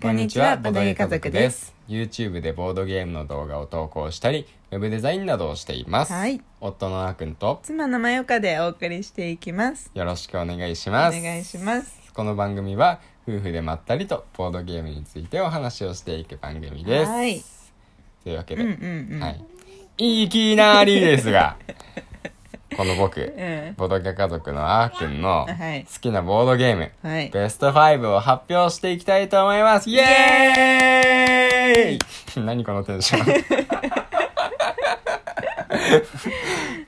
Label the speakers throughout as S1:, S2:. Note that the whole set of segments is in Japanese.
S1: こんにちはボドゲ家族です
S2: YouTube でボードゲームの動画を投稿したりウェブデザインなどをしています、
S1: はい
S2: 夫のあーくんと
S1: 妻のまよかでお送りしていきます
S2: よろしくお願いし
S1: お
S2: ます
S1: 願いします
S2: この番組は夫婦でまったりとボードゲームについてお話をしていく番組です、
S1: はい
S2: というわけ
S1: う
S2: で、
S1: んうんうん、
S2: はい、いきなりですがこの僕
S1: うん
S2: ボードゲ家族のあーくんの
S1: はい
S2: 好きなボードゲーム、
S1: はい
S2: ベスト5を発表していきたいと思いますイエーイ 何このテン ション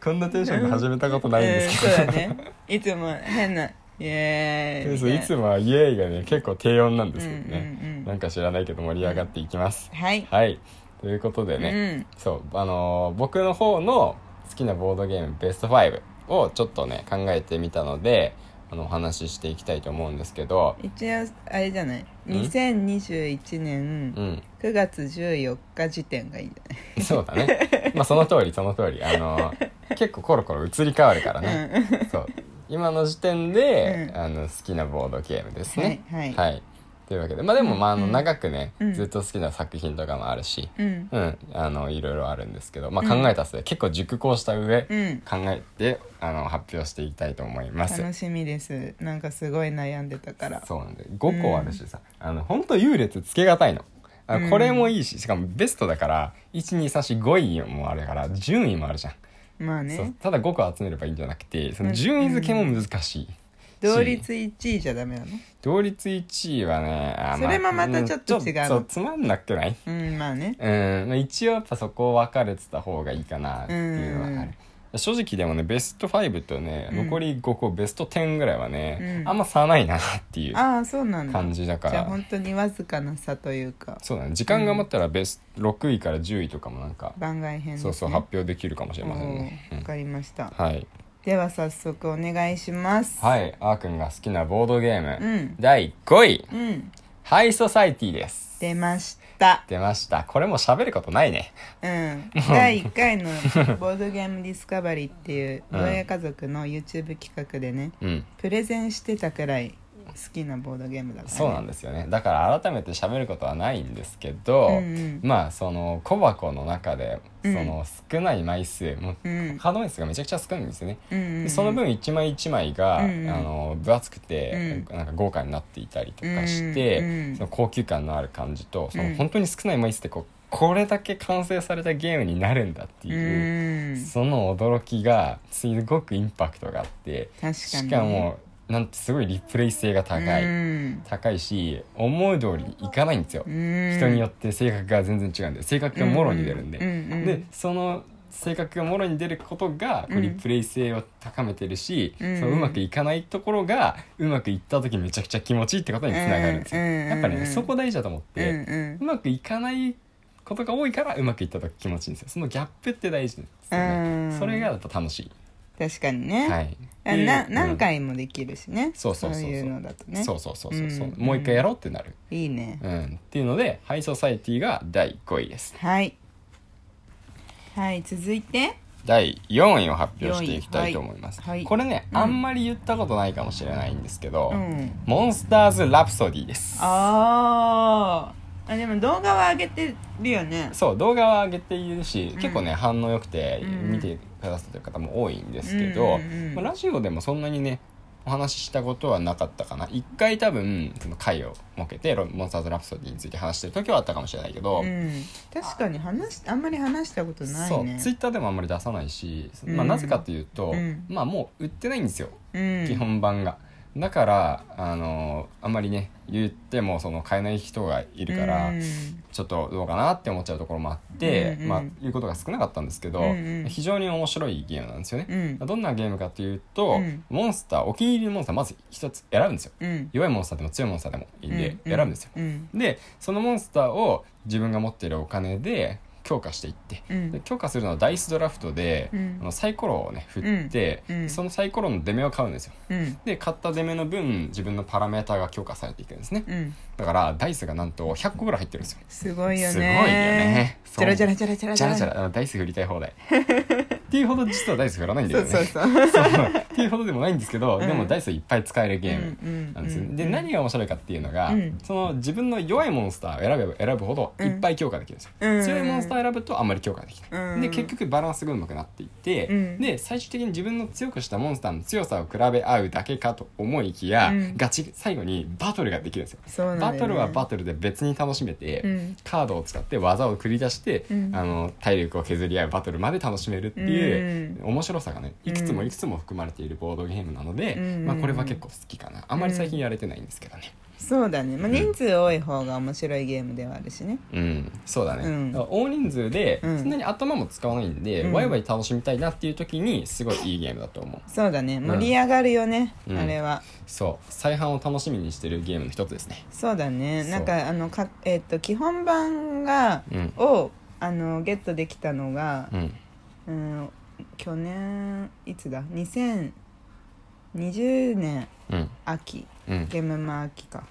S2: こんなテンションで始めたことないん
S1: う
S2: で
S1: ん
S2: す
S1: そ
S2: け
S1: う
S2: ど、
S1: だねいつも変なイエーイみ
S2: そう
S1: たい
S2: い
S1: な
S2: つもはイエーイがね結構低音なんですけどね、
S1: うんうんうん
S2: なんか知らないけど盛り上がっていきます、
S1: はい
S2: はいということでね、そうあのー僕の方の好きなボードゲームベスト5をちょっとね考えてみたのであのお話ししていきたいと思うんですけど
S1: うん一応あれじゃない2021
S2: う
S1: 年
S2: ん
S1: 9月14日時点がいいん じ
S2: そうだね。まあその通りその通り。あ の結構コロコロ移り変わるから
S1: ゃない
S2: ね。そう。今の時点で、
S1: うん
S2: あの好きなボードゲームですね。
S1: はい
S2: はい。というわけで、まあでもまああの
S1: うん
S2: 長くね、
S1: うん
S2: ずっと好きな作品とかもあるし、
S1: うんうん
S2: うん、あのいろいろあるんですけど、まあ
S1: うん
S2: 考えた末、結構熟考した上、
S1: うん
S2: 考えてあの発表していきたいと思います。
S1: 楽しみですなんかすごい悩んでたから
S2: そうなんで5個あるしさ、あの本当優劣つけがたいのあ
S1: うん
S2: これもいいししかもベストだから1235位もあるから順位もあるじゃん、
S1: まあ
S2: そう
S1: ね
S2: ただ5個集めればいいんじゃなくてその
S1: うん
S2: 順位付けも難しい、
S1: 同率1位じゃダメなの
S2: 同率1位はねあ
S1: それもまたちょっと違うの
S2: んそうつまんなくない
S1: うんまあね
S2: うんまあ一応やっぱそこ分かれてた方がいいかなっていうのはある、
S1: うん
S2: 正直でもねベスト5とね
S1: うん
S2: 残り5個ベスト10ぐらいはね、
S1: うん
S2: あんま差ないなっていう
S1: ああそうなんだ
S2: 感じだから
S1: じゃあ本当にわずかな差というか
S2: そうだね時間が余ったらベスト、6位から10位とかもなんか、
S1: 番外編です、
S2: そ
S1: ね、
S2: うそう発表できるかもしれませんね、
S1: おーわかりました、
S2: うんはい
S1: では早速お願いします
S2: はいあーくんが好きなボードゲーム、
S1: うん
S2: 第5位
S1: うん
S2: ハイソサイティです
S1: 出ました
S2: 出ましたこれも喋ることないね
S1: うん第1回のボードゲームディスカバリーっていう
S2: うん
S1: ドヤ家族の YouTube 企画でね
S2: うん
S1: プレゼンしてたくらい好きなボードゲームだからね、
S2: そうなんですよねだから改めて喋ることはないんですけど、
S1: うんうん
S2: まあその小箱の中でそ
S1: うん
S2: の少ない枚数、もう
S1: うん
S2: カード枚数がめちゃくちゃ少ないんですよね、
S1: うんうんう
S2: で
S1: ん
S2: その分一枚一枚が、
S1: うんうん
S2: あの分厚くて、なんか豪華になっていたりとかして、
S1: うんうん
S2: その高級感のある感じとそうの
S1: ん
S2: 本当に少ない枚数でこうこれだけ完成されたゲームになるんだって
S1: う
S2: いう、
S1: ん
S2: その驚きがすごくインパクトがあって
S1: 確かに
S2: しかもなんてすごいリプレイ性が高い、
S1: うん
S2: 高いし思う通りにいかないんですよ、
S1: うん
S2: 人によって性格が全然違うんで性格がもろに出るんで、
S1: うんうん
S2: でその性格がもろに出ることがこ
S1: う
S2: うんリプレイ性を高めてるし、
S1: うん
S2: そのうまくいかないところがうまくいった時めちゃくちゃ気持ちいいってことにつながるんですよ、
S1: うんうんうんうん
S2: やっぱりねそこ大事だと思って、
S1: うんうん
S2: うまくいかないことが多いからうまくいった時気持ちいいんですよそのギャップって大事なんですよね、
S1: うん
S2: それがだと楽し
S1: 確かに
S2: い、
S1: ね、
S2: はい、
S1: あな何
S2: も、
S1: 回もできるしね、
S2: そうそうそうそう
S1: いうのだと
S2: ね、
S1: ね
S2: そうそうそうそうそう
S1: うん
S2: もう一回やろうってなる、
S1: いいね、
S2: うん、っていうのでハイソサイティが第5位です
S1: はいはい続いて
S2: 第4位を発表していきたいと思います、
S1: はいはい
S2: これね、
S1: うん
S2: あんまり言ったことないかもしれないんですけど、
S1: うん
S2: モンスターズ・ラプソディです
S1: あーあでも動画は上げてるよね
S2: そう動画は上げているし、
S1: うん
S2: 結構ね反応良くて
S1: うん
S2: 見てくださってる方も多いんですけど、
S1: うんうんうん
S2: まあラジオでもそんなにねお話ししたことはなかったかな一回多分その回を設けてロモンスターズ・ラプソディについて話してる時はあったかもしれないけど、
S1: うん、確かに話しあんまり話したことな
S2: そ
S1: いうね
S2: ツイッターでもあんまり出さないし、まあ、
S1: うん
S2: なぜかというと、
S1: うん
S2: まあもう売ってないんですよ
S1: うん、
S2: 基本版が、だからあのあんまりね言ってもその買えない人がいるから、
S1: うん
S2: ちょっとどうかなって思っちゃうところもあって、
S1: うんうん
S2: まあ、言うことが少なかったんですけど、
S1: うんうん
S2: 非常に面白いゲームなんですよ
S1: う
S2: ね、
S1: ん
S2: どんなゲームかというと、
S1: うん
S2: モンスターお気に入りのモンスターまず一つ選ぶんですよ
S1: うん
S2: 弱いモンスターでも強いモンスターでもいいんで
S1: う
S2: 選ぶんですよ、
S1: うん
S2: でそのモンスターを自分が持っているお金で強化していって、
S1: うん
S2: で強化するのはダイスドラフトで、
S1: うん
S2: あのサイコロをね振って、
S1: うんうん
S2: そのサイコロの出目を買うんですよ
S1: うん
S2: で買った出目の分自分のパラメーターが強化されていくんですね
S1: うん
S2: だからダイスがなんと100個ぐらい入ってるんですよ
S1: すごいよね
S2: すごいよね
S1: チャラチャラチャラチャラ
S2: じゃらじゃらダイス振りたい放題っていうほど実はダイス振らないんだ
S1: そ
S2: よ
S1: う
S2: ね
S1: そうそう
S2: そうっていうほどでもないんですけど、でもダイスいっぱい使えるゲームなんですよ、
S1: うんうんうん
S2: で何が面白いかっていうのが、
S1: うん
S2: その自分の弱いモンスターを選べば選ぶほどいっぱい強化できるんですよ、
S1: うん
S2: 強いモンスターを選ぶとあんまり強化できない、
S1: うん
S2: で結局バランスがうまくなっていって、
S1: うん
S2: で最終的に自分の強くしたモンスターの強さを比べ合うだけかと思いきや、
S1: うん
S2: ガチ最後にバトルができるんですよ
S1: そうなんだよ
S2: バ
S1: ね
S2: トルはバトルで別に楽しめて、
S1: うん
S2: カードを使って技を繰り出して、
S1: うん
S2: あの体力を削り合うバトルまで楽しめるっていう
S1: う
S2: 面白さがねいくつもいくつも含まれているボードゲームなので、
S1: うん
S2: まあ、これは結構好きかなあんまり最近やれてないんですけどね
S1: そうだね、まあ、人数多い方が面白いゲームではあるしね
S2: うん、そうだね、
S1: うん
S2: だから大人数でそ
S1: うん
S2: んなに頭も使わないんで、
S1: うん
S2: ワイワイ楽しみたいなっていう時にすごいいいゲームだと思う
S1: そうだね盛り上がるよね、
S2: うん
S1: あれは
S2: そう再販を楽しみにしてるゲームの一つですね
S1: そうだね
S2: そう
S1: なんかあのか、えっと基本版が、
S2: うん
S1: をあのゲットできたのが、
S2: うん
S1: うん、去年いつだ2020年
S2: うん
S1: 秋
S2: うん
S1: ゲームマー秋か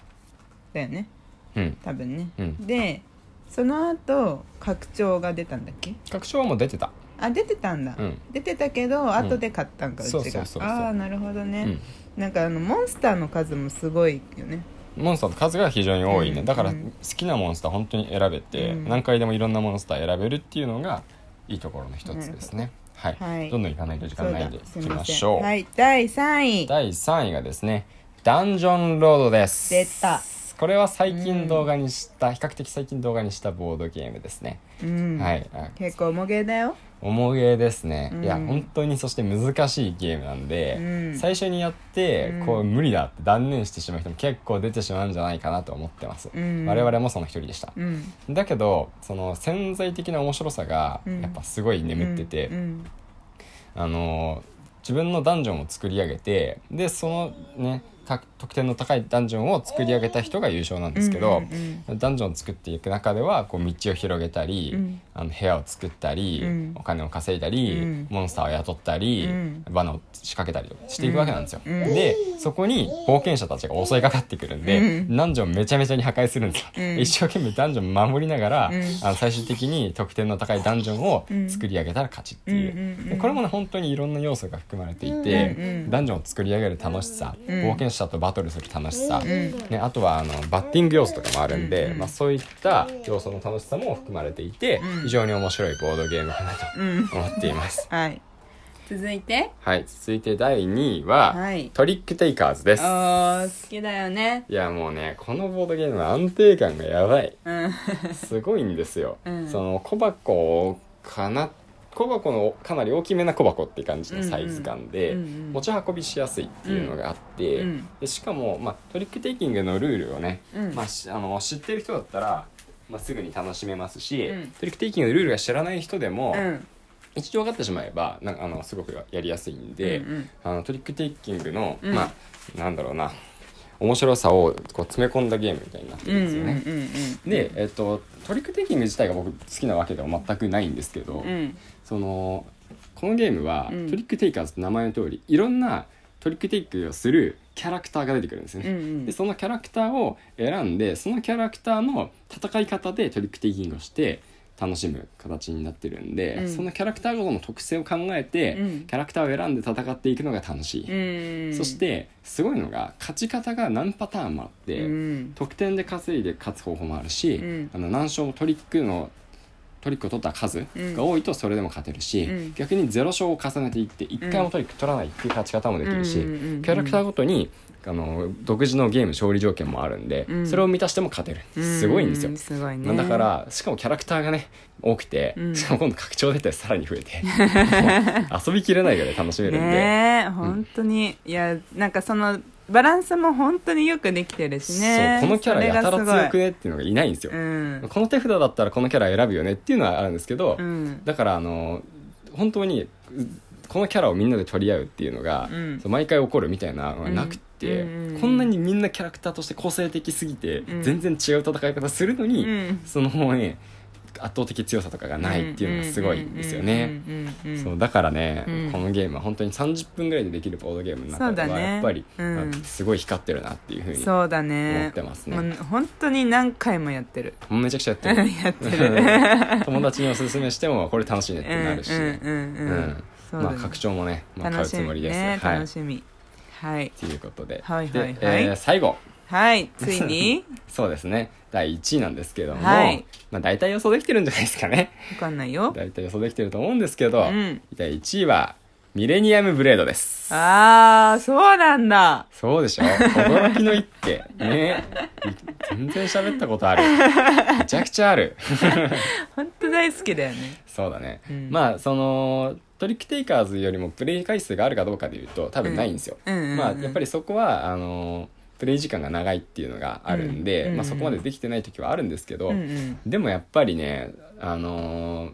S1: だよね
S2: うん
S1: 多分ね、
S2: うん
S1: でその後拡張が出たんだっけ
S2: 拡張はもう出てた
S1: あ出てたんだ、
S2: うん
S1: 出てたけど後で買ったんか、う
S2: そう
S1: ち
S2: そ
S1: が
S2: うそうそう
S1: ああなるほどね、
S2: うん
S1: なんかあのモンスターの数もすごいよね
S2: モンスターの数が非常に多いね、
S1: うん
S2: だから
S1: う
S2: 好
S1: ん
S2: きなモンスター本当に選べて、
S1: うん
S2: 何回でもいろんなモンスター選べるっていうのがいいところの一つですね、はい、
S1: はい
S2: どんどんいかないと時間ないんでい
S1: そう
S2: き
S1: だすい
S2: ま
S1: ませ
S2: し
S1: ん
S2: ょう、
S1: はい第3位
S2: 第3位がですねダンジョンロードです
S1: 出た
S2: これは最近動画にした、比較的最近動画にしたボードゲームですね、
S1: うん
S2: はいあ
S1: 結構重げだよ
S2: 重げですね、
S1: うん
S2: いや本当にそして難しいゲームなんで、
S1: うん
S2: 最初にやって、
S1: うん
S2: こう無理だって断念してしまう人も結構出てしまうんじゃないかなと思ってます、
S1: うん
S2: 我々もその一人でした、
S1: うん
S2: だけどその潜在的な面白さが
S1: うん
S2: やっぱすごい眠ってて、
S1: うんうん
S2: あのー自分のダンジョンを作り上げてでそのねた得点の高いダンジョンを作り上げた人が優勝なんですけど、
S1: うんうん
S2: ダンジョンを作っていく中ではこう道を広げたり、
S1: うん
S2: あの部屋を作ったり、
S1: うん
S2: お金を稼いだり、
S1: うん
S2: モンスターを雇ったり、
S1: うん
S2: 罠を仕掛けたりとかしていくわけなんですよ、
S1: うん
S2: でそこに冒険者たちが襲いかかってくるんで、
S1: うん
S2: ダンジョンめちゃめちゃに破壊するんですよ、
S1: うん
S2: 一生懸命ダンジョン守りながら、
S1: うん
S2: あの最終的に得点の高いダンジョンを作り上げたら勝ちっていう、
S1: うんうんうん
S2: でこれもね本当にいろんな要素が含まれていて、
S1: うんうん
S2: ダンジョンを作り上げる楽しさ、
S1: うん
S2: 冒険者とバトルする楽しさ、
S1: ん
S2: ね、あとはあのバッティング要素とかもあるんで、
S1: うんうん
S2: まあ、そういった要素の楽しさも含まれていて、
S1: うん
S2: 非常に面白いボードゲームかなと
S1: うん
S2: 思っています。
S1: はい続いて
S2: はい、続いて第2位は、
S1: はい
S2: トリックテイカーズです。
S1: あー好きだよね
S2: いやもうねこのボードゲームは安定感がやばい
S1: うん
S2: すごいんですよ、
S1: うん
S2: その小箱かな小箱のかなり大きめな小箱って感じのサイズ感で、
S1: うんうんうんうん
S2: 持ち運びしやすいっていうのがあって、
S1: うん
S2: でしかも、まあ、トリックテイキングのルールをね、
S1: うん
S2: まあ、しあの知ってる人だったら、まあ、すぐに楽しめますし、
S1: うん
S2: トリックテイキングのルールが知らない人でも、
S1: うん
S2: 一応分かってしまえばなんかあのすごくやりやすいんで、
S1: うんうん
S2: あのトリックテイキングの、
S1: うん
S2: まあなんだろうな面白さをこう詰め込んだゲームみたいになって
S1: うん
S2: るん
S1: う
S2: ですよ
S1: ん
S2: ね。
S1: うん
S2: で、えっと、トリックテイキング自体が僕好きなわけでは全くないんですけど、
S1: うん
S2: そのこのゲームは、
S1: うん
S2: トリックテイカーズって名前の通りいろんなトリックテイクをするキャラクターが出てくるんですよね、
S1: うんうん
S2: でそのキャラクターを選んでそのキャラクターの戦い方でトリックテイキングをして楽しむ形になってるんで、
S1: うん
S2: そのキャラクターごとの特性を考えて、
S1: うん
S2: キャラクターを選んで戦っていくのが楽しい、
S1: うん
S2: そしてすごいのが勝ち方が何パターンもあって、
S1: うん
S2: 得点で稼いで勝つ方法もあるし、
S1: うん
S2: あの難所もトリックのトリックを取った数が多いとそれでも勝てるし、
S1: うん
S2: 逆に0勝を重ねていって1回もトリック取らないっていう勝ち方もできるし、
S1: うんうんうんうん
S2: キャラクターごとにあの独自のゲーム勝利条件もあるんで、
S1: うん
S2: それを満たしても勝てるすごいんですよ。
S1: うすごいね
S2: なんだからしかもキャラクターがね多くて、
S1: うん
S2: しかも今度拡張出てさらに増え てもう遊びきれないぐらい楽しめるんで、
S1: ねえ本当に、いやなんかそのバランスも本当によくできてるしね
S2: そうこのキャラやたら
S1: それがすごい
S2: 強くねっていうのがいないんですよ
S1: う、ん
S2: この手札だったらこのキャラ選ぶよねっていうのはあるんですけど、
S1: うん
S2: だからあの本当にうこのキャラをみんなで取り合うっていうのが、
S1: うん
S2: そう毎回起こるみたいなのがなくって、
S1: うんうんうん
S2: こんなにみんなキャラクターとして個性的すぎて、
S1: うん
S2: 全然違う戦い方するのに、
S1: うん
S2: そのね圧倒的強さとかがないっていうのがすごいんですよね。
S1: うんうんうんうん
S2: そうだからね、
S1: うん
S2: このゲームは本当に30分ぐらいでできるボードゲームの中で
S1: そうだ
S2: は
S1: ね
S2: やっぱり、
S1: うん
S2: あすごい光ってるなっていうふうに
S1: そうだね
S2: 思ってますね
S1: もう本当に何回もやってる
S2: めちゃくちゃやってる
S1: やって る
S2: 友達におすすめしてもこれ楽しいねってなるし、
S1: うんうんうんうん
S2: うん
S1: そう
S2: ま
S1: だ
S2: あ
S1: ね
S2: 拡張もね、まあ、買う
S1: 楽し
S2: つもり
S1: み
S2: です、
S1: ね
S2: はい
S1: 楽しみはい
S2: ということで,、
S1: はいはいはい
S2: でえー最後
S1: はいついに
S2: そうですね第1位なんですけども、
S1: はい
S2: まあ、大体予想できてるんじゃないですかね
S1: わかんないよ
S2: 大体予想できてると思うんですけど、
S1: うん
S2: 第1位はミレニアムブレードです
S1: ああそうなんだ
S2: そうでしょ驚きの一手ね全然喋ったことあるめちゃくちゃある
S1: 本当大好きだよね
S2: そうだね、
S1: うん
S2: まあそのトリックテイカーズよりもプレイ回数があるかどうかでいうと多分ないんですよ、
S1: うんうんうんうん
S2: まあやっぱりそこはあのプレイ時間が長いっていうのがあるんで、
S1: うんうんうん
S2: まあ、そこまでできてない時はあるんですけど、
S1: うんうん
S2: でもやっぱりねあのー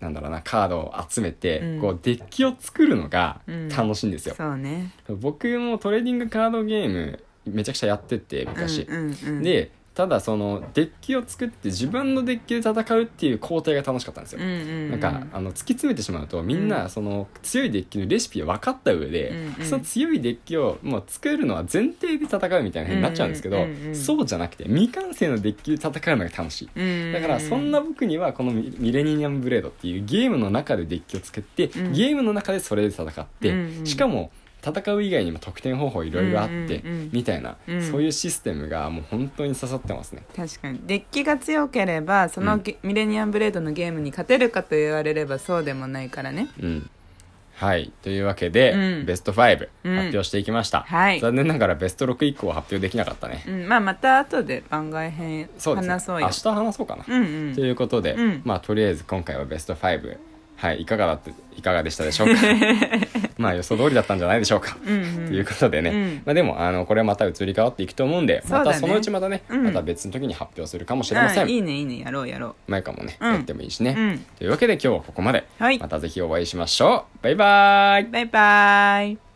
S2: なんだろうなカードを集めて、
S1: うん
S2: こうデッキを作るのが
S1: うん
S2: 楽しいんですよ、
S1: そうね
S2: 僕もトレーディングカードゲームめちゃくちゃやってて昔、
S1: うんうんうん、
S2: でただそのデッキを作って自分のデッキで戦うっていう工程が楽しかったんです
S1: うん
S2: よ、
S1: うんうん、
S2: なんかあの突き詰めてしまうとみん
S1: う
S2: なその強いデッキのレシピを分かった上で、
S1: うんうん
S2: その強いデッキをもう作るのは前提で戦うみたいな風になっちゃうんですけど、
S1: うんうんうんうん
S2: そうじゃなくて未完成のデッキで戦うのが楽しいだからそんな僕にはこのミミレニアムブレードっていうゲームの中でデッキを作って、
S1: うん
S2: ゲームの中でそれで戦って、
S1: うんうん
S2: しかも戦う以外にも得点方法いろいろあって、
S1: うんうんうん
S2: みたいな、
S1: うん
S2: そういうシステムがもう本当に刺さってますね。
S1: 確かにデッキが強ければそのゲ、ミレニアムブレードのゲームに勝てるかと言われればそうでもないからね
S2: うんはいというわけで、
S1: うん
S2: ベスト5発
S1: うん
S2: 表していきました、
S1: はい
S2: 残念ながらベスト6以降は発表できなかったね、
S1: うんまあまた後で番外編
S2: そうですね
S1: 話そうよ
S2: 明日話そうかな、
S1: うんうん
S2: ということで、
S1: うん
S2: まあとりあえず今回はベスト5はいいかがだっていかがでしたでしょうか まあ予想通りだったんじゃないでしょうか、
S1: うんうん
S2: ということでね、
S1: うん
S2: まあでもあのこれはまた移り変わっていくと思うんで、
S1: そうだ
S2: ま
S1: ね
S2: たそのうちまたね、
S1: うん
S2: また別の時に発表するかもしれませ。
S1: うんいいねいいねやろうやろ
S2: 前かもね、
S1: うん
S2: やってもいいしね、
S1: うん
S2: というわけで今日はここまで、
S1: はい
S2: またぜひお会いしましょう。バイバーイ。
S1: うバイバイ